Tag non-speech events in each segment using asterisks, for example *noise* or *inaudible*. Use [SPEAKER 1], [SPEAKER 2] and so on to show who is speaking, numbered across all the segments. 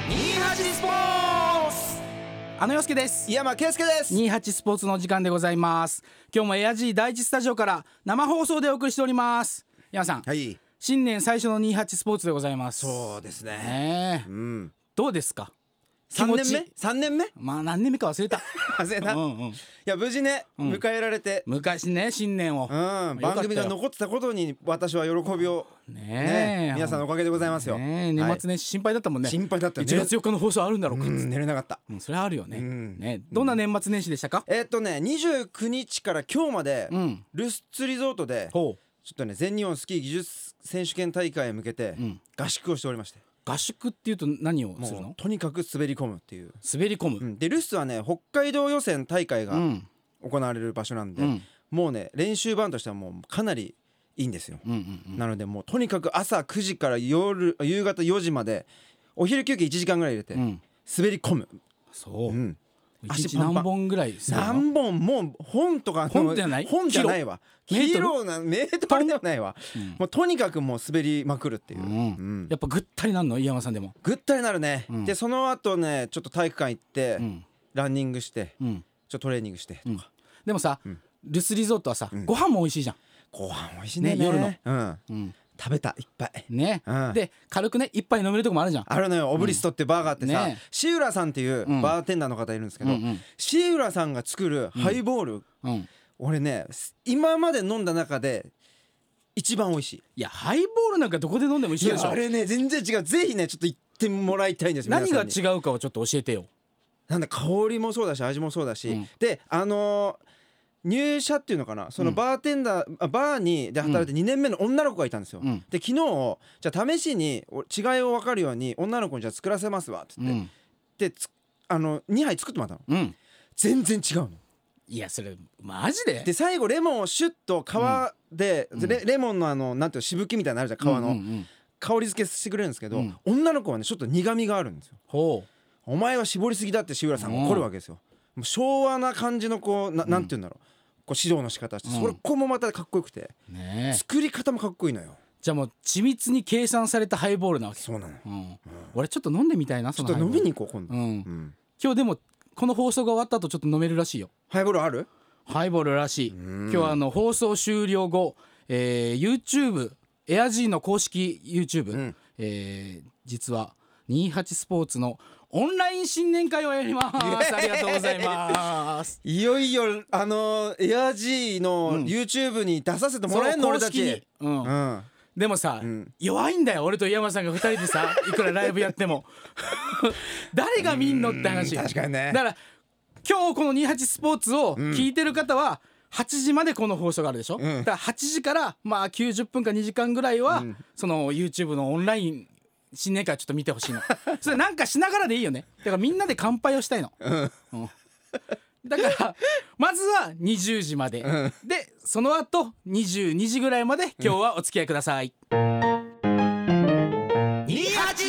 [SPEAKER 1] 28スポーツ
[SPEAKER 2] あのよすけです
[SPEAKER 1] 井山圭介です
[SPEAKER 2] 28スポーツの時間でございます今日もエアジー第一スタジオから生放送でお送りしております山さん、
[SPEAKER 1] はい
[SPEAKER 2] 新年最初の28スポーツでございます
[SPEAKER 1] そうですね
[SPEAKER 2] ねえ、
[SPEAKER 1] うん
[SPEAKER 2] どうですか気
[SPEAKER 1] 三
[SPEAKER 2] 持
[SPEAKER 1] 年
[SPEAKER 2] ち
[SPEAKER 1] 目
[SPEAKER 2] *laughs*
[SPEAKER 1] 三年目
[SPEAKER 2] まあ何年目か忘れ
[SPEAKER 1] *laughs*
[SPEAKER 2] た
[SPEAKER 1] 忘れた、
[SPEAKER 2] う
[SPEAKER 1] い
[SPEAKER 2] んうん
[SPEAKER 1] や無事ね、迎えられて
[SPEAKER 2] 昔ね新年を、
[SPEAKER 1] う
[SPEAKER 2] よ
[SPEAKER 1] ん
[SPEAKER 2] かったよ
[SPEAKER 1] 番組が残ってたことに私は喜びを
[SPEAKER 2] ねえ
[SPEAKER 1] 皆さんのおかげでございますよ、
[SPEAKER 2] ねえ年末年始心配だったもんね、
[SPEAKER 1] 心配だったよね
[SPEAKER 2] 1月4日の放送あるんだろうか、
[SPEAKER 1] はいうん寝れなかった
[SPEAKER 2] うん、それはあるよね,、
[SPEAKER 1] ん
[SPEAKER 2] ねどんな年末年始でしたか、
[SPEAKER 1] えーっとね29日から今日まで、
[SPEAKER 2] ん
[SPEAKER 1] ルスツリゾートでちょ
[SPEAKER 2] ほう
[SPEAKER 1] っとね全日本スキー技術選手権大会へ向けて
[SPEAKER 2] ん
[SPEAKER 1] 合宿をしておりまして、
[SPEAKER 2] 合宿っていうと何をする
[SPEAKER 1] も
[SPEAKER 2] の
[SPEAKER 1] うとにかく滑り込むっていう、
[SPEAKER 2] 滑り込む、
[SPEAKER 1] うんでルスはね北海道予選大会
[SPEAKER 2] う
[SPEAKER 1] が
[SPEAKER 2] ん
[SPEAKER 1] 行われる場所なんで、
[SPEAKER 2] うん
[SPEAKER 1] もうね練習版としてはもうかなりいいんですよ、
[SPEAKER 2] うんうん
[SPEAKER 1] なのでもうとにかく朝9時から夜夕方4時までお昼休憩1時間ぐらい入れて
[SPEAKER 2] うんうん
[SPEAKER 1] 滑り込む、
[SPEAKER 2] そう、
[SPEAKER 1] うん
[SPEAKER 2] 一
[SPEAKER 1] 足
[SPEAKER 2] 日
[SPEAKER 1] パンパン
[SPEAKER 2] 何本ぐらいするの
[SPEAKER 1] 何本もう本とかの
[SPEAKER 2] 本じゃない
[SPEAKER 1] 本じゃないわ
[SPEAKER 2] キロ
[SPEAKER 1] キロなメートルではないわ、
[SPEAKER 2] ん
[SPEAKER 1] もうとにかくもう滑りまくるっていう、
[SPEAKER 2] うん
[SPEAKER 1] うん
[SPEAKER 2] やっぱぐったりなんの飯山さんでも
[SPEAKER 1] ぐったりなるね、
[SPEAKER 2] うん
[SPEAKER 1] でその後ねちょっと体育館行って、
[SPEAKER 2] うん
[SPEAKER 1] ランニングして
[SPEAKER 2] うん
[SPEAKER 1] ちょっとトレーニングしてとか、
[SPEAKER 2] うんでもさ、
[SPEAKER 1] ん
[SPEAKER 2] ルスリゾートはさ、
[SPEAKER 1] ん
[SPEAKER 2] ご飯も美味しいじゃん、
[SPEAKER 1] ご飯美味しいね
[SPEAKER 2] ね夜の
[SPEAKER 1] うん、
[SPEAKER 2] うん、
[SPEAKER 1] 食べたいっぱい
[SPEAKER 2] ね、
[SPEAKER 1] うん
[SPEAKER 2] で軽くね一杯飲めるとこもあるじゃん
[SPEAKER 1] あるのよオブリストってバーがあって
[SPEAKER 2] うん
[SPEAKER 1] さ、
[SPEAKER 2] ねえ
[SPEAKER 1] シウラさんっていう
[SPEAKER 2] うん
[SPEAKER 1] バーテンダーの方いるんですけど、
[SPEAKER 2] うんうん
[SPEAKER 1] シウラさんが作るハイボール、
[SPEAKER 2] うん
[SPEAKER 1] 俺ね今まで飲んだ中で一番美味しい
[SPEAKER 2] いやハイボールなんかどこで飲んでも一緒でしょ
[SPEAKER 1] あれね全然違うぜひねちょっと行ってもらいたいんです
[SPEAKER 2] 何が
[SPEAKER 1] 皆さんに
[SPEAKER 2] 違うかをちょっと教えてよ
[SPEAKER 1] なんだ香りもそうだし味もそうだし、
[SPEAKER 2] うん
[SPEAKER 1] であのー入社っていうのかなその
[SPEAKER 2] うん
[SPEAKER 1] バーテンダー、あバーにで働いて2年目の女の子がいたんですよ、
[SPEAKER 2] うん
[SPEAKER 1] で昨日じゃあ試しにお違いを分かるように女の子にじゃあ作らせますわって
[SPEAKER 2] う
[SPEAKER 1] 言って、
[SPEAKER 2] ん
[SPEAKER 1] でつあの2杯作ってもらったの
[SPEAKER 2] うん
[SPEAKER 1] 全然違うの
[SPEAKER 2] いやそれマジで
[SPEAKER 1] で最後レモンをシュッと皮で、レレモンのあのなんていうのしぶきみたいになのあるじゃん皮の、
[SPEAKER 2] うんうんうん
[SPEAKER 1] 香り付けしてくれるんですけど、
[SPEAKER 2] うん
[SPEAKER 1] 女の子はねちょっと苦みがあるんですよ
[SPEAKER 2] ほう
[SPEAKER 1] お前は絞りすぎだって志浦さんが
[SPEAKER 2] うん
[SPEAKER 1] 怒るわけですよもう昭和な感じのこうななんて言うんだろう、こう指導の仕方して、それここもまたかっこよくて
[SPEAKER 2] ねえ
[SPEAKER 1] 作り方もかっこいいのよ
[SPEAKER 2] じゃあもう緻密に計算されたハイボールなわけ
[SPEAKER 1] そうなのよ
[SPEAKER 2] うん俺ちょっと飲んでみたいな
[SPEAKER 1] ち
[SPEAKER 2] そ
[SPEAKER 1] ょっ
[SPEAKER 2] のハ
[SPEAKER 1] と
[SPEAKER 2] イボ
[SPEAKER 1] 飲み
[SPEAKER 2] ール
[SPEAKER 1] に行こう今度、
[SPEAKER 2] うん
[SPEAKER 1] うん
[SPEAKER 2] 今日でもこの放送が終わった後ちょっと飲めるらしいよ
[SPEAKER 1] ハイボールある
[SPEAKER 2] ハイボールらしい今日はあの放送終了後、えー、YouTube エアジーの公式 YouTube、
[SPEAKER 1] ん
[SPEAKER 2] えー実は28スポーツのオンライン新年会をやりますありがとうございます
[SPEAKER 1] いよいよあのーエアジーの YouTube に出させてもらえんの、
[SPEAKER 2] そう
[SPEAKER 1] 俺た
[SPEAKER 2] 公式に
[SPEAKER 1] ち、
[SPEAKER 2] うん
[SPEAKER 1] うん、
[SPEAKER 2] でもさ、
[SPEAKER 1] ん
[SPEAKER 2] 弱いんだよ俺と井山さんが2人で
[SPEAKER 1] *laughs*
[SPEAKER 2] さいくらライブやっても誰が見んのって話
[SPEAKER 1] うん確かにね
[SPEAKER 2] だから今日この28スポーツを聞いてる方は、8時までこの放送があるでしょ、
[SPEAKER 1] ん
[SPEAKER 2] だから8時からまあ90分か2時間ぐらいは、その YouTube のオンライン新年会をちょっと見てほしいの *laughs* それなんかしながらでいいよねだからみんなで乾杯をしたいの、うんだからまずは20時まで、でその後22時ぐらいまで今日はお付き合いください、
[SPEAKER 1] 28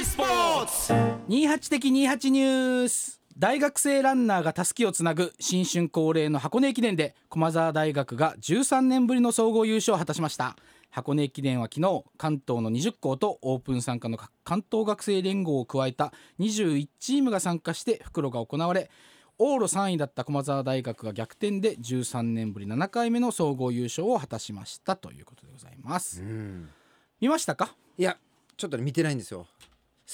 [SPEAKER 1] スポーツ
[SPEAKER 2] 28的28ニュース大学生ランナーがたすきをつなぐ新春恒例の箱根駅伝で駒澤大学が13年ぶりの総合優勝を果たしました箱根駅伝は昨日関東の20校とオープン参加の関東学生連合を加えた21チームが参加して袋が行われ往路3位だった駒澤大学が逆転で13年ぶり7回目の総合優勝を果たしましたということでございます、見ましたか
[SPEAKER 1] いやちょっとね見てないんですよ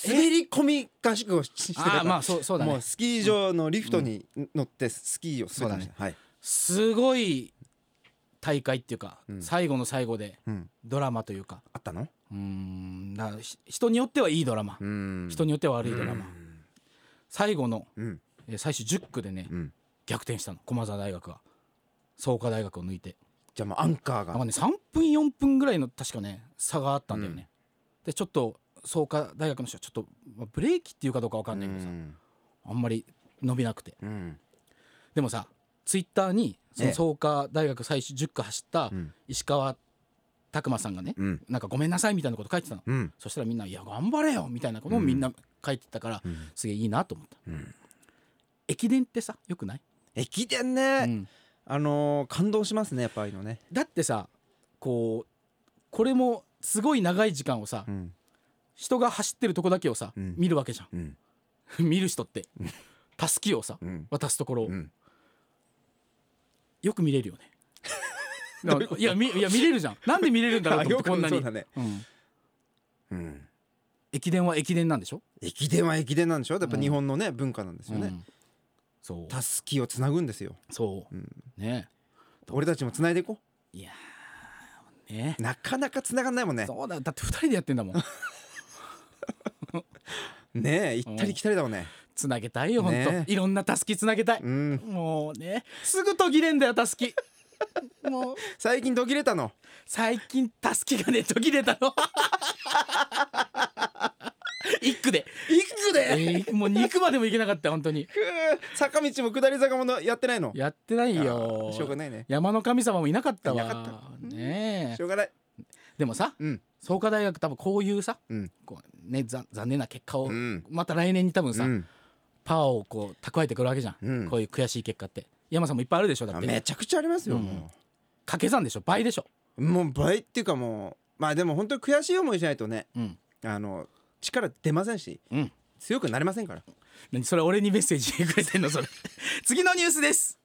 [SPEAKER 1] 滑り込み合宿をししてたから
[SPEAKER 2] あーまあそうそうだね
[SPEAKER 1] もうスキー場のリフトに乗ってスキーを滑ってました、はい
[SPEAKER 2] すごい大会っていうか、最後の最後で
[SPEAKER 1] ん
[SPEAKER 2] ドラマというか
[SPEAKER 1] あったの
[SPEAKER 2] うーんだからひ人によってはいいドラマ、
[SPEAKER 1] うん
[SPEAKER 2] 人によっては悪いドラマ、最後の、
[SPEAKER 1] うん
[SPEAKER 2] えー最終10区でね、
[SPEAKER 1] うん
[SPEAKER 2] 逆転したの駒澤大学が創価大学を抜いて
[SPEAKER 1] じゃあもうアンカー
[SPEAKER 2] なん
[SPEAKER 1] が
[SPEAKER 2] かね3分4分ぐらいの確かね差があったんだよね、でちょっと創価大学の人はちょっとまあブレーキっていうかどうか分かんないけどさ、あんまり伸びなくて
[SPEAKER 1] うん
[SPEAKER 2] でもさツイッターにそ
[SPEAKER 1] え
[SPEAKER 2] の
[SPEAKER 1] え
[SPEAKER 2] 創価大学最終10区走った
[SPEAKER 1] ん
[SPEAKER 2] 石川拓磨さんがね、
[SPEAKER 1] うん
[SPEAKER 2] なんかごめんなさいみたいなこと書いてたの、
[SPEAKER 1] うん
[SPEAKER 2] そしたらみんな「いや頑張れよ」みたいなことをみんな書いてたから、すげえいいなと思った、
[SPEAKER 1] ん
[SPEAKER 2] 駅伝ってさよくない、
[SPEAKER 1] 駅伝ね、
[SPEAKER 2] うん
[SPEAKER 1] あのー感動しますねやっぱりのね
[SPEAKER 2] だってさこうこれもすごい長い時間をさ、
[SPEAKER 1] ん
[SPEAKER 2] 人が走ってるとこだけをさ、
[SPEAKER 1] ん
[SPEAKER 2] 見るわけじゃん *laughs*
[SPEAKER 1] うん
[SPEAKER 2] 見る人ってたすきをさ、
[SPEAKER 1] ん
[SPEAKER 2] 渡すところを、
[SPEAKER 1] ん
[SPEAKER 2] よく見れるよ
[SPEAKER 1] *laughs*
[SPEAKER 2] ねだからいやみいや見れるじゃんなんで見れるんだろうと思って
[SPEAKER 1] あ
[SPEAKER 2] こ
[SPEAKER 1] よ
[SPEAKER 2] ん
[SPEAKER 1] く
[SPEAKER 2] なに
[SPEAKER 1] そうだね
[SPEAKER 2] うん
[SPEAKER 1] うん
[SPEAKER 2] 駅伝は駅伝なんでしょ、
[SPEAKER 1] 駅伝は駅伝なんでしょやっぱ日本のね文化なんですよ
[SPEAKER 2] う
[SPEAKER 1] ね
[SPEAKER 2] んそう
[SPEAKER 1] たすきをつなぐんですよ
[SPEAKER 2] そう、ね
[SPEAKER 1] 俺たちもつないでいこ
[SPEAKER 2] いやーね
[SPEAKER 1] うなかなかつながんないもんね
[SPEAKER 2] そうだだって2人でやってんだ
[SPEAKER 1] *laughs*
[SPEAKER 2] もん
[SPEAKER 1] ねえ行ったり来たりだもんね
[SPEAKER 2] つなげたいよほんと、
[SPEAKER 1] ね
[SPEAKER 2] いろんなたすきつなげたい、
[SPEAKER 1] うん
[SPEAKER 2] もうねすぐ途切れんだよたす
[SPEAKER 1] *laughs*
[SPEAKER 2] きもう
[SPEAKER 1] 最近途切れたの
[SPEAKER 2] 最近たすきがね途切れたの *laughs* 一区で
[SPEAKER 1] 行くで
[SPEAKER 2] えーもう肉までもいけなかった本当に
[SPEAKER 1] くー坂道も下り坂ものやってないの
[SPEAKER 2] やってないよ
[SPEAKER 1] あーしょうがないね
[SPEAKER 2] 山の神様もいなかったわ
[SPEAKER 1] いなか
[SPEAKER 2] ね
[SPEAKER 1] し
[SPEAKER 2] え
[SPEAKER 1] ょうがない
[SPEAKER 2] でもさ
[SPEAKER 1] うん
[SPEAKER 2] 創価大学多分こういうさ
[SPEAKER 1] うん
[SPEAKER 2] こう、ね、ざ残念な結果を、
[SPEAKER 1] うん
[SPEAKER 2] また来年に多分さ、
[SPEAKER 1] うん
[SPEAKER 2] パワーをこう蓄えてくるわけじゃん、
[SPEAKER 1] うん
[SPEAKER 2] こういう悔しい結果って山さんもいっぱいあるでしょだ
[SPEAKER 1] あ
[SPEAKER 2] って
[SPEAKER 1] めちゃくちゃありますよ
[SPEAKER 2] うん
[SPEAKER 1] も
[SPEAKER 2] 掛け算でしょ倍でしょ、
[SPEAKER 1] うもう倍っていうかもうまあでも本当に悔しい思いしないとね
[SPEAKER 2] うん
[SPEAKER 1] あの力出ませんし
[SPEAKER 2] うん、
[SPEAKER 1] 強くなれませんから
[SPEAKER 2] 何それ俺にメッセージくれてんのそれ *laughs* 次のニュースです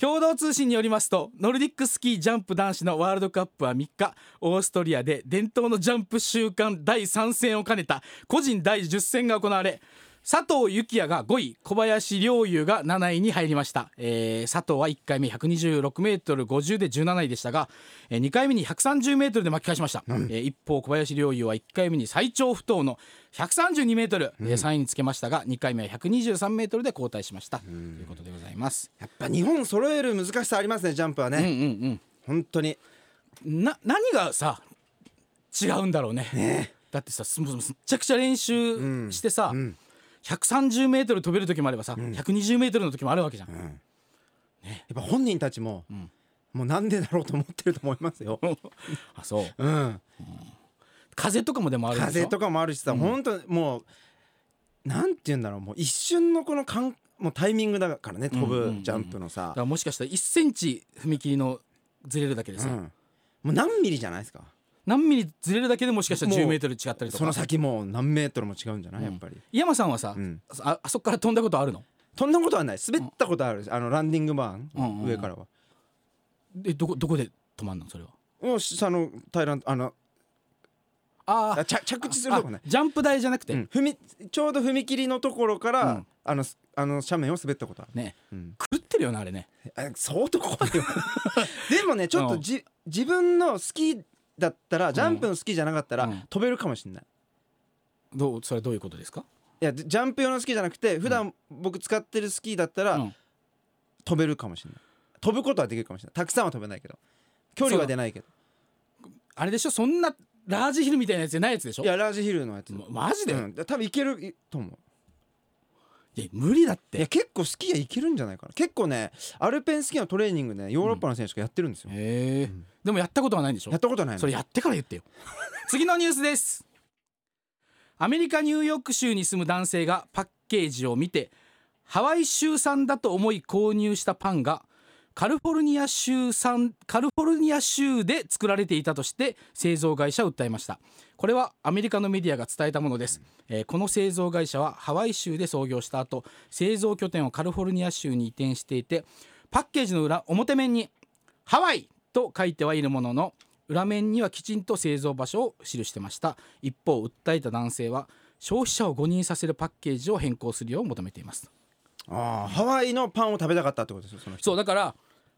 [SPEAKER 2] 共同通信によりますとノルディックスキージャンプ男子のワールドカップは3日オーストリアで伝統のジャンプ週間第3戦を兼ねた個人第10戦が行われ佐藤幸也が5位小林陵侑が7位に入りました、えー佐藤は1回目 126m50 で17位でしたが2回目に 130m で巻き返しました、えー一方小林陵侑は1回目に最長不倒の 132m、えー3位につけましたが2回目は 123m で後退しました、ということでございます
[SPEAKER 1] やっぱ日本揃える難しさありますねジャンプは
[SPEAKER 2] うん
[SPEAKER 1] ね
[SPEAKER 2] うん
[SPEAKER 1] 本当に
[SPEAKER 2] うんな何がさ違うんだろうねだってさすもうすっちゃくちゃ練習してさ、130m 飛べる時もあればさ、120m の時もあるわけじゃん、
[SPEAKER 1] やっぱ本人たちももうなんでだろうと思ってると思いま
[SPEAKER 2] *laughs*
[SPEAKER 1] すよ
[SPEAKER 2] あそう
[SPEAKER 1] うん
[SPEAKER 2] 風とかもでもあるんでしょ
[SPEAKER 1] 風とかもあるしさ本当にもうなんて言うんだろうもう一瞬のこのかんもうタイミングだからね飛ぶジャンプの
[SPEAKER 2] だ
[SPEAKER 1] さ
[SPEAKER 2] からもしかしたら1センチ踏み切りのずれるだけで
[SPEAKER 1] う
[SPEAKER 2] さ、
[SPEAKER 1] んもう何ミリじゃないですか
[SPEAKER 2] 何ミリずれるだけでもしかしたら
[SPEAKER 1] もう
[SPEAKER 2] 10メートル違ったりと
[SPEAKER 1] そ
[SPEAKER 2] か
[SPEAKER 1] の先もう何メートルも違うんじゃないやっぱり
[SPEAKER 2] 井山さんはさ、
[SPEAKER 1] うん
[SPEAKER 2] ああそこから飛んだことあるの
[SPEAKER 1] そんなことはない滑ったことあるしあのランディングバ
[SPEAKER 2] うんうん
[SPEAKER 1] ー
[SPEAKER 2] う
[SPEAKER 1] ン
[SPEAKER 2] ん
[SPEAKER 1] 上からは
[SPEAKER 2] でどこどこで止まんのそれは
[SPEAKER 1] もう下の平らあの
[SPEAKER 2] あー
[SPEAKER 1] あ着着地するとこない
[SPEAKER 2] あジャンプ台じゃなくて、
[SPEAKER 1] うん踏みちょうど踏切のところから、
[SPEAKER 2] うん
[SPEAKER 1] あのすあの斜面を滑ったことある、
[SPEAKER 2] ね
[SPEAKER 1] うん、
[SPEAKER 2] 狂ってるよなあれね
[SPEAKER 1] あ相当怖
[SPEAKER 2] *laughs*
[SPEAKER 1] いよでもねちょっ
[SPEAKER 2] う
[SPEAKER 1] と
[SPEAKER 2] ん
[SPEAKER 1] じ、自分の好きだったらジャンプの好きじゃなかったら、
[SPEAKER 2] うん
[SPEAKER 1] 飛べるかもしれない
[SPEAKER 2] どうそれはどういうことですか、
[SPEAKER 1] いやジャンプ用の好きじゃなくて普段僕使ってるスキーだったら、
[SPEAKER 2] うん
[SPEAKER 1] 飛べるかもしれない飛ぶことはできるかもしれないたくさんは飛べないけど距離は出ないけど
[SPEAKER 2] あれでしょそんなラージヒルみたいなやつじゃないやつでしょ
[SPEAKER 1] いやラージヒルのやつ、
[SPEAKER 2] まマジで、
[SPEAKER 1] うん、多分いけると思う
[SPEAKER 2] いや無理だっ
[SPEAKER 1] いや
[SPEAKER 2] て
[SPEAKER 1] 結構スキーはいけるんじゃないかな結構ねアルペンスキーのトレーニングねヨーロッパの選手がやってるんですよ、
[SPEAKER 2] へえ、でもやったことはないんでしょ
[SPEAKER 1] やったことないの
[SPEAKER 2] それやってから言って
[SPEAKER 1] *laughs*
[SPEAKER 2] よ次のニュースですアメリカニューヨーク州に住む男性がパッケージを見てハワイ州産だと思い購入したパンがカリフォルニア州産カリフォルニア州で作られていたとして製造会社を訴えましたこれはアメリカのメディアが伝えたものです、えーこの製造会社はハワイ州で創業した後製造拠点をカリフォルニア州に移転していてパッケージの裏表面にハワイと書いてはいるものの裏面にはきちんと製造場所を記してました一方訴えた男性は消費者を誤認させるパッケージを変更するよう求めています
[SPEAKER 1] ああハワイのパンを食べたかったってことですよその人
[SPEAKER 2] そうだから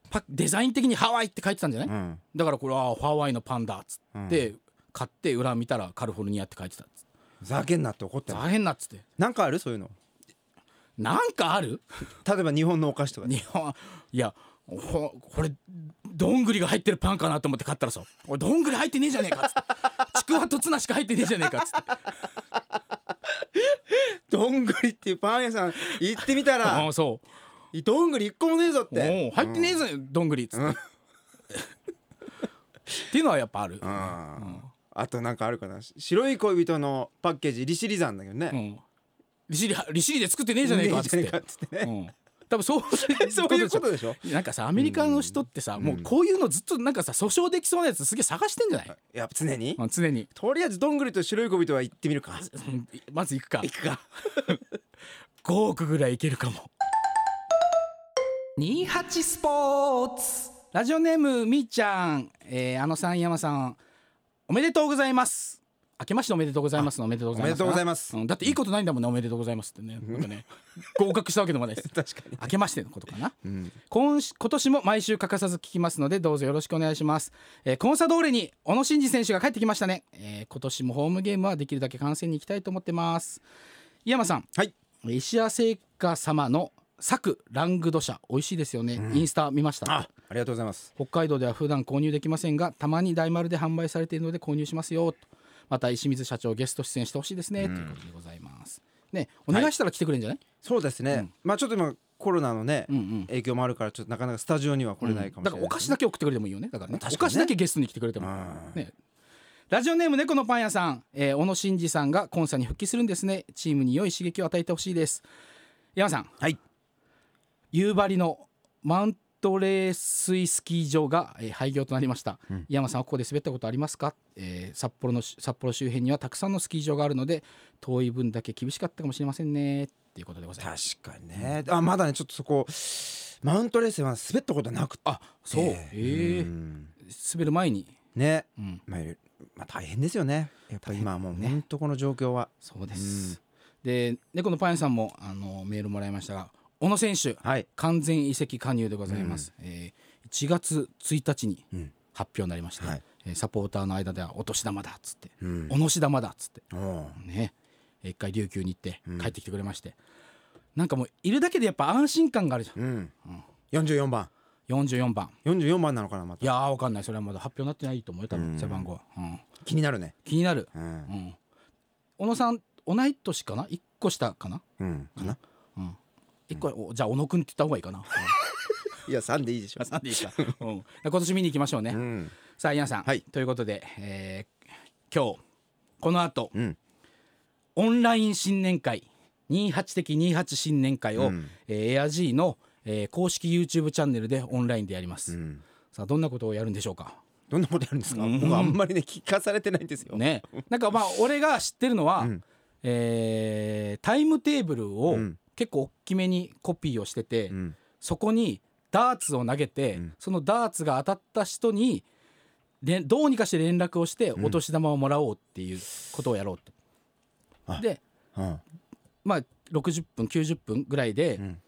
[SPEAKER 2] パッデザイン的にハワイって書いてたんじゃない、
[SPEAKER 1] ん
[SPEAKER 2] だからこれはハワイのパンダっつって、買って裏見たらカリフォルニアって書いてたっつって
[SPEAKER 1] ふざけんなって怒ってる
[SPEAKER 2] 大変なっつって
[SPEAKER 1] なんかあるそういうの
[SPEAKER 2] なんかある *laughs*
[SPEAKER 1] 例えば日本のお菓子とか
[SPEAKER 2] 日本いやほこれどんぐりが入ってるパンかなと思って買ったらさ「これどんぐり入ってねえじゃねえか」っつって「ちくわとツナしか入ってねえじゃねえか」っつって
[SPEAKER 1] どんぐりっていうパン屋さん行ってみ
[SPEAKER 2] 「
[SPEAKER 1] た *laughs*
[SPEAKER 2] あ
[SPEAKER 1] ら
[SPEAKER 2] あそう」
[SPEAKER 1] どんぐり一個もねえぞっ
[SPEAKER 2] お
[SPEAKER 1] て
[SPEAKER 2] お入ってねえぞ、どんぐりっつって。っていうのはやっぱある、
[SPEAKER 1] うんあとなんかあるかなし白い恋人のパッケージ利尻山だけど
[SPEAKER 2] う
[SPEAKER 1] ね
[SPEAKER 2] ん、利尻は利尻で作ってねえじゃねえかっつって
[SPEAKER 1] ねえじゃねえかっつってね
[SPEAKER 2] うん多 *laughs* 分そうそういうこと
[SPEAKER 1] とでしょ
[SPEAKER 2] なんかさアメリカの人ってさ、もうこういうのずっとなんかさ訴訟できそうなやつすげえ探してんじゃない、
[SPEAKER 1] いや常に
[SPEAKER 2] うん常に
[SPEAKER 1] とりあえずどんぐりと白い小人は行ってみるか
[SPEAKER 2] うんまず行くか
[SPEAKER 1] 行くか
[SPEAKER 2] 5億ぐらいいけるかも28スポーツラジオネームみーちゃん、えー、あのさん山さんおめでとうございます明けましておめでとうございますのおめでとうございます
[SPEAKER 1] おめでとうございます
[SPEAKER 2] んだっていいことないんだもんねおめでとうございますってねなんか
[SPEAKER 1] *laughs*
[SPEAKER 2] ね合格したわけでもないです
[SPEAKER 1] 確かに
[SPEAKER 2] 明けましてのことかな
[SPEAKER 1] うん
[SPEAKER 2] 今し今年も毎週欠かさず聞きますのでどうぞよろしくお願いします、えーコンサドーレに小野伸二選手が帰ってきましたね、えー今年もホームゲームはできるだけ観戦に行きたいと思ってます井山さん
[SPEAKER 1] はい
[SPEAKER 2] 石谷製菓様の作ラングド社美味しいですよね、インスタ見ました
[SPEAKER 1] あありがとうございます
[SPEAKER 2] 北海道では普段購入できませんがたまに大丸で販売されているので購入しますよとまた石水社長ゲスト出演してほしいですね、ということでございますねお願いしたら来てくれるんじゃない、
[SPEAKER 1] そうですね、まあちょっと今コロナのね、
[SPEAKER 2] うんうん
[SPEAKER 1] 影響もあるからちょっとなかなかスタジオには来れないかもし
[SPEAKER 2] だか
[SPEAKER 1] れない、
[SPEAKER 2] らお菓子だけ送ってくれてもいいよねだからね
[SPEAKER 1] 確かにね
[SPEAKER 2] お菓子だけゲストに来てくれてもねラジオネーム猫のパン屋さん、えー小野伸二さんがコンサに復帰するんですねチームに良い刺激を与えてほしいです山さん
[SPEAKER 1] はい
[SPEAKER 2] 夕張のマウントレー水スキー場が、えー廃業となりました、井山さんはここで滑ったことありますか、えー札幌の札幌周辺にはたくさんのスキー場があるので遠い分だけ厳しかったかもしれませんねっていうことでございます
[SPEAKER 1] 確かにねあまだねちょっとそこマウントレースは滑ったことなくて
[SPEAKER 2] あそうえ
[SPEAKER 1] え
[SPEAKER 2] ー
[SPEAKER 1] うん
[SPEAKER 2] 滑る前に
[SPEAKER 1] ね、
[SPEAKER 2] うん
[SPEAKER 1] まあ、いろいろまあ大変ですよねやっぱ今はもうほんとこの状況は、
[SPEAKER 2] そうです、で猫のパン屋さんもあのメールもらいましたが小野選手
[SPEAKER 1] はい
[SPEAKER 2] 完全移籍加入でございます、えー1月1日に
[SPEAKER 1] うん
[SPEAKER 2] 発表になりまして、
[SPEAKER 1] はい
[SPEAKER 2] えーサポーターの間ではお年玉だっつって、
[SPEAKER 1] うん
[SPEAKER 2] おのし玉だっつって
[SPEAKER 1] おう
[SPEAKER 2] ね一回琉球に行って帰ってきてくれまして、なんかもういるだけでやっぱ安心感があるじ
[SPEAKER 1] うん、44番
[SPEAKER 2] ゃん44番
[SPEAKER 1] 44番なのかなま
[SPEAKER 2] い
[SPEAKER 1] た
[SPEAKER 2] やーわかんないそれはまだ発表になってないと思うよ多分背番号は、うん
[SPEAKER 1] 気になるね
[SPEAKER 2] 気になる、
[SPEAKER 1] うん
[SPEAKER 2] うん、小野さん同い年かな1個下かな
[SPEAKER 1] うんかな
[SPEAKER 2] 一個、おじゃあ小野くんって言った方がいいかな
[SPEAKER 1] いや3でいいでしょ
[SPEAKER 2] うんなんでいい
[SPEAKER 1] *laughs*
[SPEAKER 2] か、うん、 *laughs* 今年見に行きましょうね、
[SPEAKER 1] うん
[SPEAKER 2] さあ皆さん、
[SPEAKER 1] はい
[SPEAKER 2] ということで、えー今日この後、
[SPEAKER 1] うん
[SPEAKER 2] オンライン新年会28的28新年会を、
[SPEAKER 1] うん
[SPEAKER 2] えーエア G の、えー公式 YouTube チャンネルでオンラインでやります、
[SPEAKER 1] うん
[SPEAKER 2] さあどんなことをやるんでしょうか
[SPEAKER 1] どんなことやるんですか、僕あんまりね聞かされてないんですよ、
[SPEAKER 2] ね *laughs* なんかまあ俺が知ってるのは、
[SPEAKER 1] うん
[SPEAKER 2] えータイムテーブルを
[SPEAKER 1] うん
[SPEAKER 2] 結構大きめにコピーをしてて、
[SPEAKER 1] うん、
[SPEAKER 2] そこにダーツを投げて、
[SPEAKER 1] ん
[SPEAKER 2] そのダーツが当たった人に連どうにかして連絡をしてお年玉をもらおうっていうことをやろうと。
[SPEAKER 1] あ
[SPEAKER 2] で
[SPEAKER 1] うん
[SPEAKER 2] まあ60分90分ぐらいで
[SPEAKER 1] ん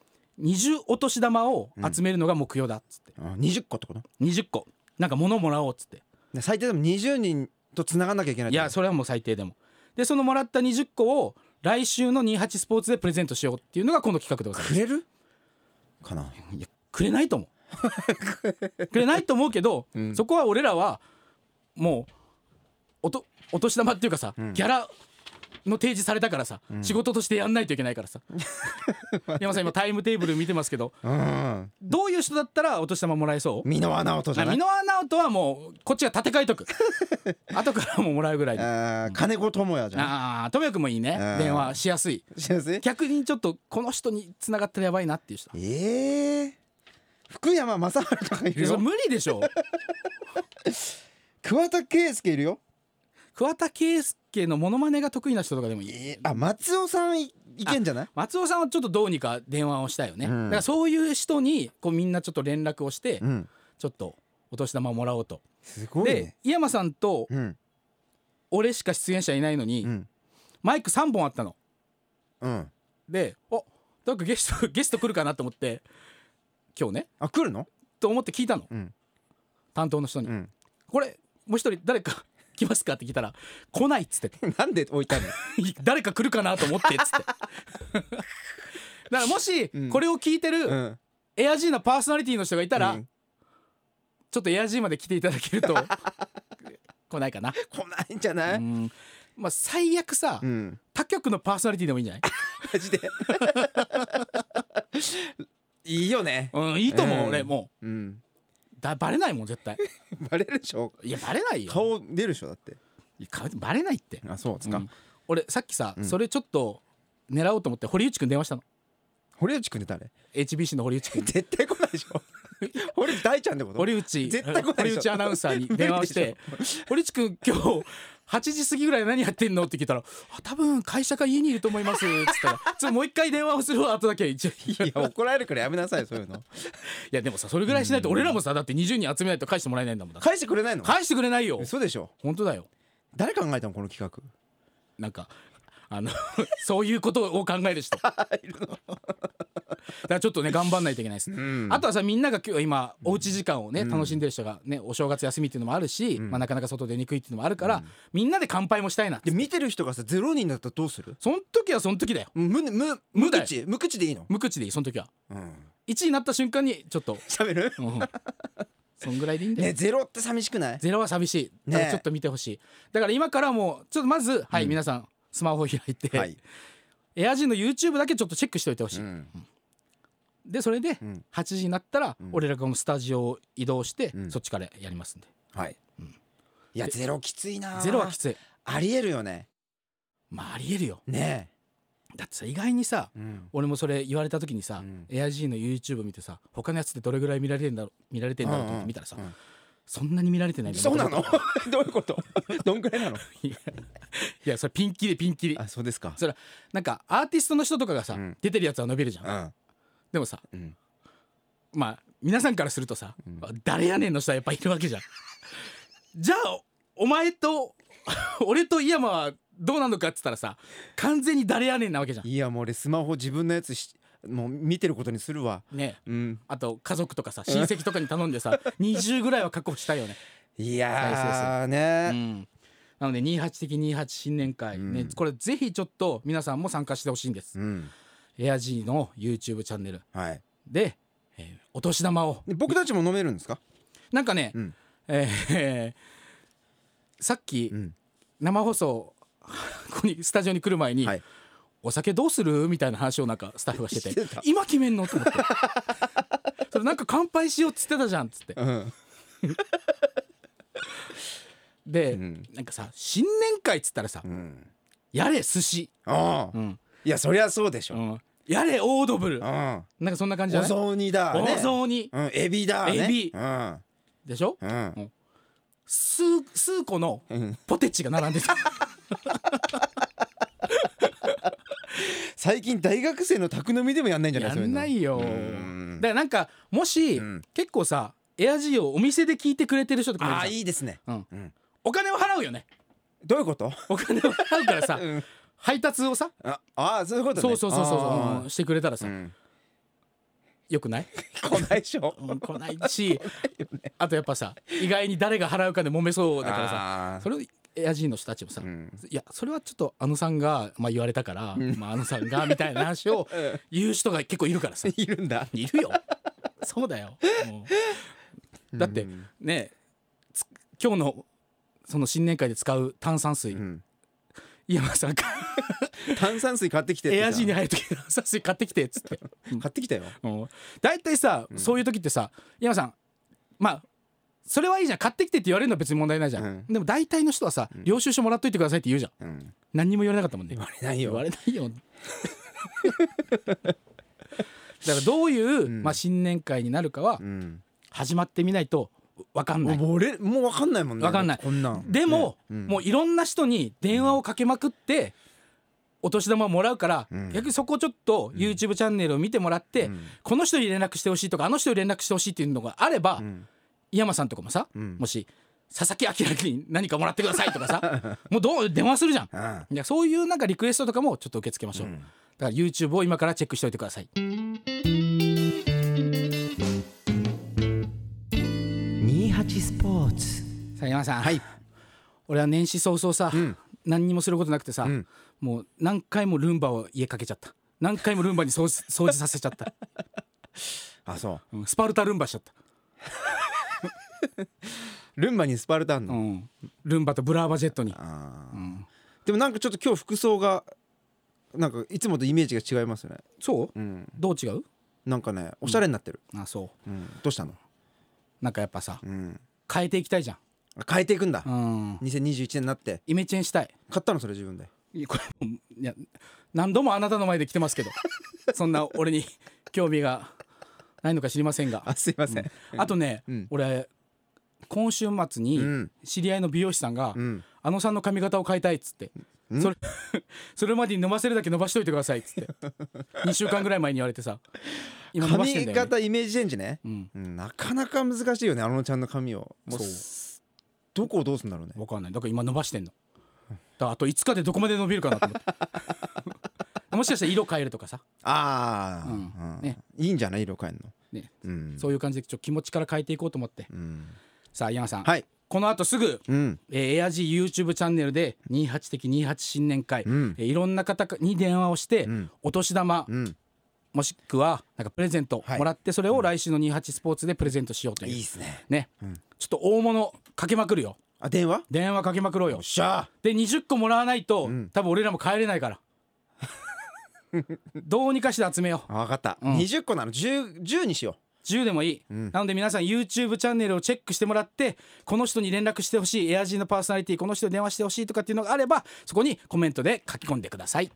[SPEAKER 2] 20お年玉を集めるのが目標だっつって、
[SPEAKER 1] あ20個ってこと
[SPEAKER 2] 20個なんか物をもらおうっつって
[SPEAKER 1] で最低でも20人と繋がんなきゃいけな
[SPEAKER 2] い
[SPEAKER 1] いって
[SPEAKER 2] やそれはもう最低でもでそのもらった20個を来週の28スポーツでプレゼントしようっていうのがこの企画でございます
[SPEAKER 1] くれるかない
[SPEAKER 2] やくれないと思う *laughs* くれないと思うけど、そこは俺らはもうおとお年玉っていうかさ、ギャラの提示されたからさ、仕事としてやんないといけないからさ山さん今タイムテーブル見てますけど
[SPEAKER 1] うん
[SPEAKER 2] どういう人だったらお年玉もらえそう
[SPEAKER 1] 箕輪直人じゃ
[SPEAKER 2] 箕
[SPEAKER 1] ない
[SPEAKER 2] 輪直人はもうこっちが立て替えとく後からももらうぐらいであ
[SPEAKER 1] あー金子智也じゃん
[SPEAKER 2] あ富谷君もいいね
[SPEAKER 1] うん
[SPEAKER 2] 電話しやすい
[SPEAKER 1] 幸せ
[SPEAKER 2] 逆にちょっとこの人に繋がったらやばいなっていう人
[SPEAKER 1] ええ福山雅治とかい
[SPEAKER 2] い
[SPEAKER 1] る
[SPEAKER 2] やそれ
[SPEAKER 1] よ
[SPEAKER 2] 無理でしょ
[SPEAKER 1] 桑田佳祐いるよ
[SPEAKER 2] 桑田佳祐のモノマネが得意な人とかでもいい
[SPEAKER 1] えーあ松尾さんいいけんじゃない
[SPEAKER 2] 松尾さんはちょっとどうにか電話をしたよね、
[SPEAKER 1] うん
[SPEAKER 2] だからそういう人にこうみんなちょっと連絡をして、
[SPEAKER 1] うん
[SPEAKER 2] ちょっとお年玉をもらおうと、
[SPEAKER 1] すごい
[SPEAKER 2] で
[SPEAKER 1] ね
[SPEAKER 2] 井山さんと
[SPEAKER 1] うん
[SPEAKER 2] 俺しか出演者いないのに、
[SPEAKER 1] うん
[SPEAKER 2] マイク3本あったの
[SPEAKER 1] うん
[SPEAKER 2] で「おなんかゲスト *laughs* ゲスト来るかな?」と思って今日ね
[SPEAKER 1] あ来るの
[SPEAKER 2] と思って聞いたの、
[SPEAKER 1] うん
[SPEAKER 2] 担当の人に「
[SPEAKER 1] うん
[SPEAKER 2] これもう一人誰か来ますか?」って聞いたら「来ない」っつってて
[SPEAKER 1] *laughs* なんで置いたの
[SPEAKER 2] *laughs* 誰か来るかなと思ってっつってだ
[SPEAKER 1] *laughs*
[SPEAKER 2] からもし
[SPEAKER 1] うん
[SPEAKER 2] これを聞いてる、
[SPEAKER 1] *laughs* うん
[SPEAKER 2] エアジーなパーソナリティの人がいたら、
[SPEAKER 1] うん
[SPEAKER 2] ちょっとエアジーまで来ていただける
[SPEAKER 1] *laughs*
[SPEAKER 2] と来ないかな。
[SPEAKER 1] 来ないんじゃな
[SPEAKER 2] う
[SPEAKER 1] い
[SPEAKER 2] んまあ最悪さ、
[SPEAKER 1] うん
[SPEAKER 2] 他局のパーソナリティでもいいんじゃない？
[SPEAKER 1] マジでいいよね
[SPEAKER 2] うんいいと思う、
[SPEAKER 1] うん
[SPEAKER 2] 俺も
[SPEAKER 1] うん
[SPEAKER 2] うだバレないもん絶対。
[SPEAKER 1] バレるでしょ
[SPEAKER 2] いやバレないよ。
[SPEAKER 1] 顔出るでしょだって
[SPEAKER 2] いや顔バレないって。
[SPEAKER 1] あそうです
[SPEAKER 2] うん俺さっきさ、それちょっと狙おうと思って堀内くん電話したの。
[SPEAKER 1] は堀内くんって誰
[SPEAKER 2] HBC の堀内君
[SPEAKER 1] 絶対来ないでし *laughs* ょ堀内大ちゃんってこと
[SPEAKER 2] 堀内
[SPEAKER 1] 絶対来ないでしょ
[SPEAKER 2] 堀内アナウンサーに電話をして「堀内君今日8時過ぎぐらい何やってんの?」って聞いたら「あ多分会社か家にいると思います」っつったら「ちょっともう一回電話をするわ」後だけ一応い
[SPEAKER 1] いや怒られるからやめなさいそういうの
[SPEAKER 2] やでもさそれぐらいしないと俺らもさだって20人集めないと返してもらえないんだもんだから
[SPEAKER 1] 返してくれないの
[SPEAKER 2] 返してくれないよ
[SPEAKER 1] そうでしょ
[SPEAKER 2] 本当だよ
[SPEAKER 1] 誰考えたのこの企画
[SPEAKER 2] なんかあの *laughs* そういうことを考える *laughs* 人だからちょっとね頑張んないといけないです、あとはさみんなが今日今おうち時間をね、楽しんでる人がねお正月休みっていうのもあるし、まあ、なかなか外出にくいっていうのもあるから、みんなで乾杯もしたいなって
[SPEAKER 1] で見てる人がさゼロ人だったらどうする
[SPEAKER 2] その時はその時だよ
[SPEAKER 1] むむ
[SPEAKER 2] 無
[SPEAKER 1] 無
[SPEAKER 2] だよ
[SPEAKER 1] 口無口でいいの
[SPEAKER 2] 無口でいいその時は
[SPEAKER 1] うん
[SPEAKER 2] 1位になった瞬間にちょっと、
[SPEAKER 1] 喋 *laughs* る
[SPEAKER 2] うんそんぐらいでいいんだよ、
[SPEAKER 1] ねゼロって寂しくない
[SPEAKER 2] ゼロは寂しい
[SPEAKER 1] ね
[SPEAKER 2] ただちょっと見てほしいだから今からもうちょっとまずはい、皆さんスマホ開いて、
[SPEAKER 1] はい
[SPEAKER 2] エアジンの YouTube だけちょっとチェックしておいてほしい、
[SPEAKER 1] うん
[SPEAKER 2] でそれで
[SPEAKER 1] うん
[SPEAKER 2] 8時になったら俺らがもうスタジオを移動して
[SPEAKER 1] うん
[SPEAKER 2] そっちからやりますんで、
[SPEAKER 1] はいいやゼロきついな
[SPEAKER 2] ゼロはきつい
[SPEAKER 1] ありえるよね
[SPEAKER 2] まあありえるよ
[SPEAKER 1] ね
[SPEAKER 2] だってさ意外にさ
[SPEAKER 1] えうん
[SPEAKER 2] 俺もそれ言われた時にさ、
[SPEAKER 1] うん
[SPEAKER 2] エア AIG の YouTube 見てさ他のやつってどれぐらい見られてんだろ見られてんだろうと思って見たらさ、
[SPEAKER 1] うんうん
[SPEAKER 2] そんなに見られてない
[SPEAKER 1] そうなの *laughs* どういうことどんくらいなの
[SPEAKER 2] *laughs* いやそれピンキリピンキリ
[SPEAKER 1] あそうですか
[SPEAKER 2] それなんかアーティストの人とかがさ、
[SPEAKER 1] うん
[SPEAKER 2] 出てるやつは伸びるじゃん、
[SPEAKER 1] うん
[SPEAKER 2] でもさ
[SPEAKER 1] うん
[SPEAKER 2] まあ皆さんからするとさ、誰やねんの人はやっぱいるわけじゃん *laughs* じゃあお前と *laughs* 俺と井山はどうなのかっつったらさ完全に誰やねんなわけじゃ
[SPEAKER 1] いやもう俺スマホ自分のやつしもう見てることにするわ
[SPEAKER 2] んねえ
[SPEAKER 1] うん
[SPEAKER 2] あと家族とかさ親戚とかに頼んで *laughs* さ20ぐらいは確保したいよね
[SPEAKER 1] い
[SPEAKER 2] や
[SPEAKER 1] やー
[SPEAKER 2] う
[SPEAKER 1] ね
[SPEAKER 2] んなので28的28新年会、ねこれぜひちょっと皆さんも参加してほしいんです、
[SPEAKER 1] うん
[SPEAKER 2] エアジーの YouTube チャンネル
[SPEAKER 1] はい
[SPEAKER 2] で、えーお年玉を
[SPEAKER 1] で僕たちも飲めるんですか
[SPEAKER 2] なんかね、
[SPEAKER 1] うん
[SPEAKER 2] えーえーさっき、
[SPEAKER 1] うん
[SPEAKER 2] 生放送ここにスタジオに来る前に、
[SPEAKER 1] はい
[SPEAKER 2] お酒どうするみたいな話をなんかスタッフがしてて
[SPEAKER 1] *laughs* してた
[SPEAKER 2] 今決めんのと思って
[SPEAKER 1] *laughs*
[SPEAKER 2] それなんか乾杯しようっつってたじゃんっつって
[SPEAKER 1] うん
[SPEAKER 2] で、
[SPEAKER 1] うん
[SPEAKER 2] なんかさ新年会っつったらさ、
[SPEAKER 1] うん
[SPEAKER 2] やれ寿司、
[SPEAKER 1] ああ
[SPEAKER 2] うん
[SPEAKER 1] いやそりゃそうでし
[SPEAKER 2] う
[SPEAKER 1] ょ
[SPEAKER 2] んやれオードブル
[SPEAKER 1] うん
[SPEAKER 2] なんかそんな感じじゃ
[SPEAKER 1] お
[SPEAKER 2] ない
[SPEAKER 1] 雑煮だね
[SPEAKER 2] お雑煮
[SPEAKER 1] うんエビだね
[SPEAKER 2] エビ
[SPEAKER 1] うん
[SPEAKER 2] でしょ
[SPEAKER 1] うん
[SPEAKER 2] 数数個の
[SPEAKER 1] うん
[SPEAKER 2] ポテチが並んでた
[SPEAKER 1] 最近大学生の宅飲みでもやんないんじゃない
[SPEAKER 2] や
[SPEAKER 1] そううんの
[SPEAKER 2] ないよ
[SPEAKER 1] うん
[SPEAKER 2] だからなんかもし、
[SPEAKER 1] うん
[SPEAKER 2] 結構さエアジーをお店で聞いてくれてる人とかもいる
[SPEAKER 1] あ
[SPEAKER 2] じゃ
[SPEAKER 1] あ
[SPEAKER 2] ん
[SPEAKER 1] いいですね
[SPEAKER 2] うん
[SPEAKER 1] うん
[SPEAKER 2] お金を払うよ
[SPEAKER 1] *laughs*
[SPEAKER 2] ね
[SPEAKER 1] どういうこと
[SPEAKER 2] お金を払うからさ、
[SPEAKER 1] うん
[SPEAKER 2] 配達をさ
[SPEAKER 1] ああーそういうことね
[SPEAKER 2] そうそうそうそう
[SPEAKER 1] あ
[SPEAKER 2] うんしてくれたら
[SPEAKER 1] ー
[SPEAKER 2] さ、
[SPEAKER 1] うん
[SPEAKER 2] よくない、
[SPEAKER 1] 来ないでしょ
[SPEAKER 2] うん、来ない
[SPEAKER 1] *laughs*
[SPEAKER 2] しあとやっぱさ意外に誰が払うかで揉めそうだからさ
[SPEAKER 1] あー
[SPEAKER 2] それをエアジーの人たちもさ、
[SPEAKER 1] うん
[SPEAKER 2] いやそれはちょっとあのさんが、まあ、言われたから、まあ、あのさんがみたいな話を
[SPEAKER 1] *laughs* うん
[SPEAKER 2] 言う人が結構いるからさ
[SPEAKER 1] いるんだ
[SPEAKER 2] いるよそうだよ、うんだって
[SPEAKER 1] うん
[SPEAKER 2] ねつ今日のその新年会で使う炭酸水、
[SPEAKER 1] うん
[SPEAKER 2] 井山さん *laughs* が
[SPEAKER 1] 炭酸水買ってきてって
[SPEAKER 2] エ
[SPEAKER 1] さ
[SPEAKER 2] アジーに入る時炭酸水買ってきてっつって
[SPEAKER 1] 買ってきたよ
[SPEAKER 2] うん大体さ、そういう時ってさ井山さんまあそれはいいじゃん買ってきてって言われるのは別に問題ないじゃん、
[SPEAKER 1] うん
[SPEAKER 2] でも大体の人はさ、領収書もらっといてくださいって言うじゃん
[SPEAKER 1] うん
[SPEAKER 2] 何にも言われなかったもんね
[SPEAKER 1] 言われない
[SPEAKER 2] 言わ
[SPEAKER 1] よ
[SPEAKER 2] れない *laughs* よだからどういう、
[SPEAKER 1] ん
[SPEAKER 2] まあ、新年会になるかは
[SPEAKER 1] うん
[SPEAKER 2] 始まってみないと分かんない、
[SPEAKER 1] もう俺もうわかんないもんね
[SPEAKER 2] わかんない
[SPEAKER 1] こんなん
[SPEAKER 2] でも、
[SPEAKER 1] うん
[SPEAKER 2] もういろんな人に電話をかけまくって、お年玉をもらうから、
[SPEAKER 1] うん
[SPEAKER 2] 逆にそこちょっと YouTube チャンネルを見てもらって、
[SPEAKER 1] うん
[SPEAKER 2] この人に連絡してほしいとかあの人に連絡してほしいっていうのがあれば、
[SPEAKER 1] ん
[SPEAKER 2] 井山さんとかもさ、
[SPEAKER 1] うん
[SPEAKER 2] もし佐々木朗に何かもらってくださいとか *laughs* さもうどう電話するじゃん。
[SPEAKER 1] あ
[SPEAKER 2] いやそういうなんかリクエストとかもちょっと受け付けましょう、だから YouTube を今からチェックしておいてください
[SPEAKER 1] 28スポーツ
[SPEAKER 2] さあ山さん、
[SPEAKER 1] はい
[SPEAKER 2] 俺は年始早々さ、何にもすることなくてさ、
[SPEAKER 1] ん
[SPEAKER 2] もう何回もルンバを家かけちゃった何回もルンバに掃除
[SPEAKER 1] *laughs*
[SPEAKER 2] 掃除させちゃった、
[SPEAKER 1] あそう
[SPEAKER 2] うんスパルタルンバしちゃった、
[SPEAKER 1] ルンバにスパルタン
[SPEAKER 2] う
[SPEAKER 1] の
[SPEAKER 2] ん、ルンバとブラーバジェットに
[SPEAKER 1] あー
[SPEAKER 2] ん
[SPEAKER 1] でもなんかちょっと今日服装がなんかいつもとイメージが違いますよね
[SPEAKER 2] そう、
[SPEAKER 1] うん
[SPEAKER 2] どう違う
[SPEAKER 1] なんかねおしゃれになってる
[SPEAKER 2] あそう
[SPEAKER 1] うんどうしたの
[SPEAKER 2] なんかやっぱさ
[SPEAKER 1] うん
[SPEAKER 2] 変えていきたいじゃん
[SPEAKER 1] 変えていくんだ
[SPEAKER 2] うん
[SPEAKER 1] 2021年になって
[SPEAKER 2] イメチェンしたい
[SPEAKER 1] 買ったのそれ自分で *laughs*
[SPEAKER 2] いやこれもういや何度もあなたの前で来てますけどそんな俺に興味がないのか知りませんが
[SPEAKER 1] あすいません、
[SPEAKER 2] あとね、
[SPEAKER 1] うん
[SPEAKER 2] 俺今週末
[SPEAKER 1] う
[SPEAKER 2] に
[SPEAKER 1] ん
[SPEAKER 2] 知り合いの美容師さんが、
[SPEAKER 1] うん
[SPEAKER 2] あのさんの髪型を変えたいっつって、それ *laughs* それまでに伸ばせるだけ伸ばしといてくださいっ
[SPEAKER 1] *laughs*
[SPEAKER 2] つって2週間ぐらい前に言われてさ今伸ばして
[SPEAKER 1] 髪
[SPEAKER 2] んだよ、ね
[SPEAKER 1] 型イメージチェンジね、
[SPEAKER 2] うん、
[SPEAKER 1] うんなかなか難しいよねあのちゃんの髪をもう
[SPEAKER 2] そう
[SPEAKER 1] どこをどうするんだろうね
[SPEAKER 2] わかんないだから今伸ばしてんのだからあと5日でどこまで伸びるかなと思
[SPEAKER 1] *laughs*
[SPEAKER 2] ってもしかしたら色変えるとかさ、
[SPEAKER 1] ああ、
[SPEAKER 2] うん
[SPEAKER 1] うん
[SPEAKER 2] ね
[SPEAKER 1] いいんじゃない色変えんの
[SPEAKER 2] ね
[SPEAKER 1] うん
[SPEAKER 2] そういう感じでちょっと気持ちから変えていこうと思って、
[SPEAKER 1] うん
[SPEAKER 2] さあヤンさん、
[SPEAKER 1] はい
[SPEAKER 2] この後すぐ
[SPEAKER 1] うん
[SPEAKER 2] えー、エアジ YouTube チャンネルで28的28新年会、
[SPEAKER 1] うん
[SPEAKER 2] えーいろんな方に電話をして、
[SPEAKER 1] うん
[SPEAKER 2] お年玉、
[SPEAKER 1] うん
[SPEAKER 2] もしくはなんかプレゼント
[SPEAKER 1] はい
[SPEAKER 2] もらって、それを来週の28スポーツでプレゼントしようという
[SPEAKER 1] いいっすね
[SPEAKER 2] ね、
[SPEAKER 1] うん
[SPEAKER 2] ちょっと大物かけまくるよ
[SPEAKER 1] あ電話
[SPEAKER 2] 電話かけまくろうよ
[SPEAKER 1] しゃ
[SPEAKER 2] で20個もらわないと、
[SPEAKER 1] うん
[SPEAKER 2] 多分俺らも帰れないから
[SPEAKER 1] *laughs*
[SPEAKER 2] どうにかして集めよう
[SPEAKER 1] あ分かった、
[SPEAKER 2] うん
[SPEAKER 1] 20個なの 10, 10にしよ
[SPEAKER 2] 10でもいい、
[SPEAKER 1] うん
[SPEAKER 2] なので皆さん YouTube チャンネルをチェックしてもらってこの人に連絡してほしいエアジーのパーソナリティこの人に電話してほしいとかっていうのがあればそこにコメントで書き込んでください。
[SPEAKER 1] う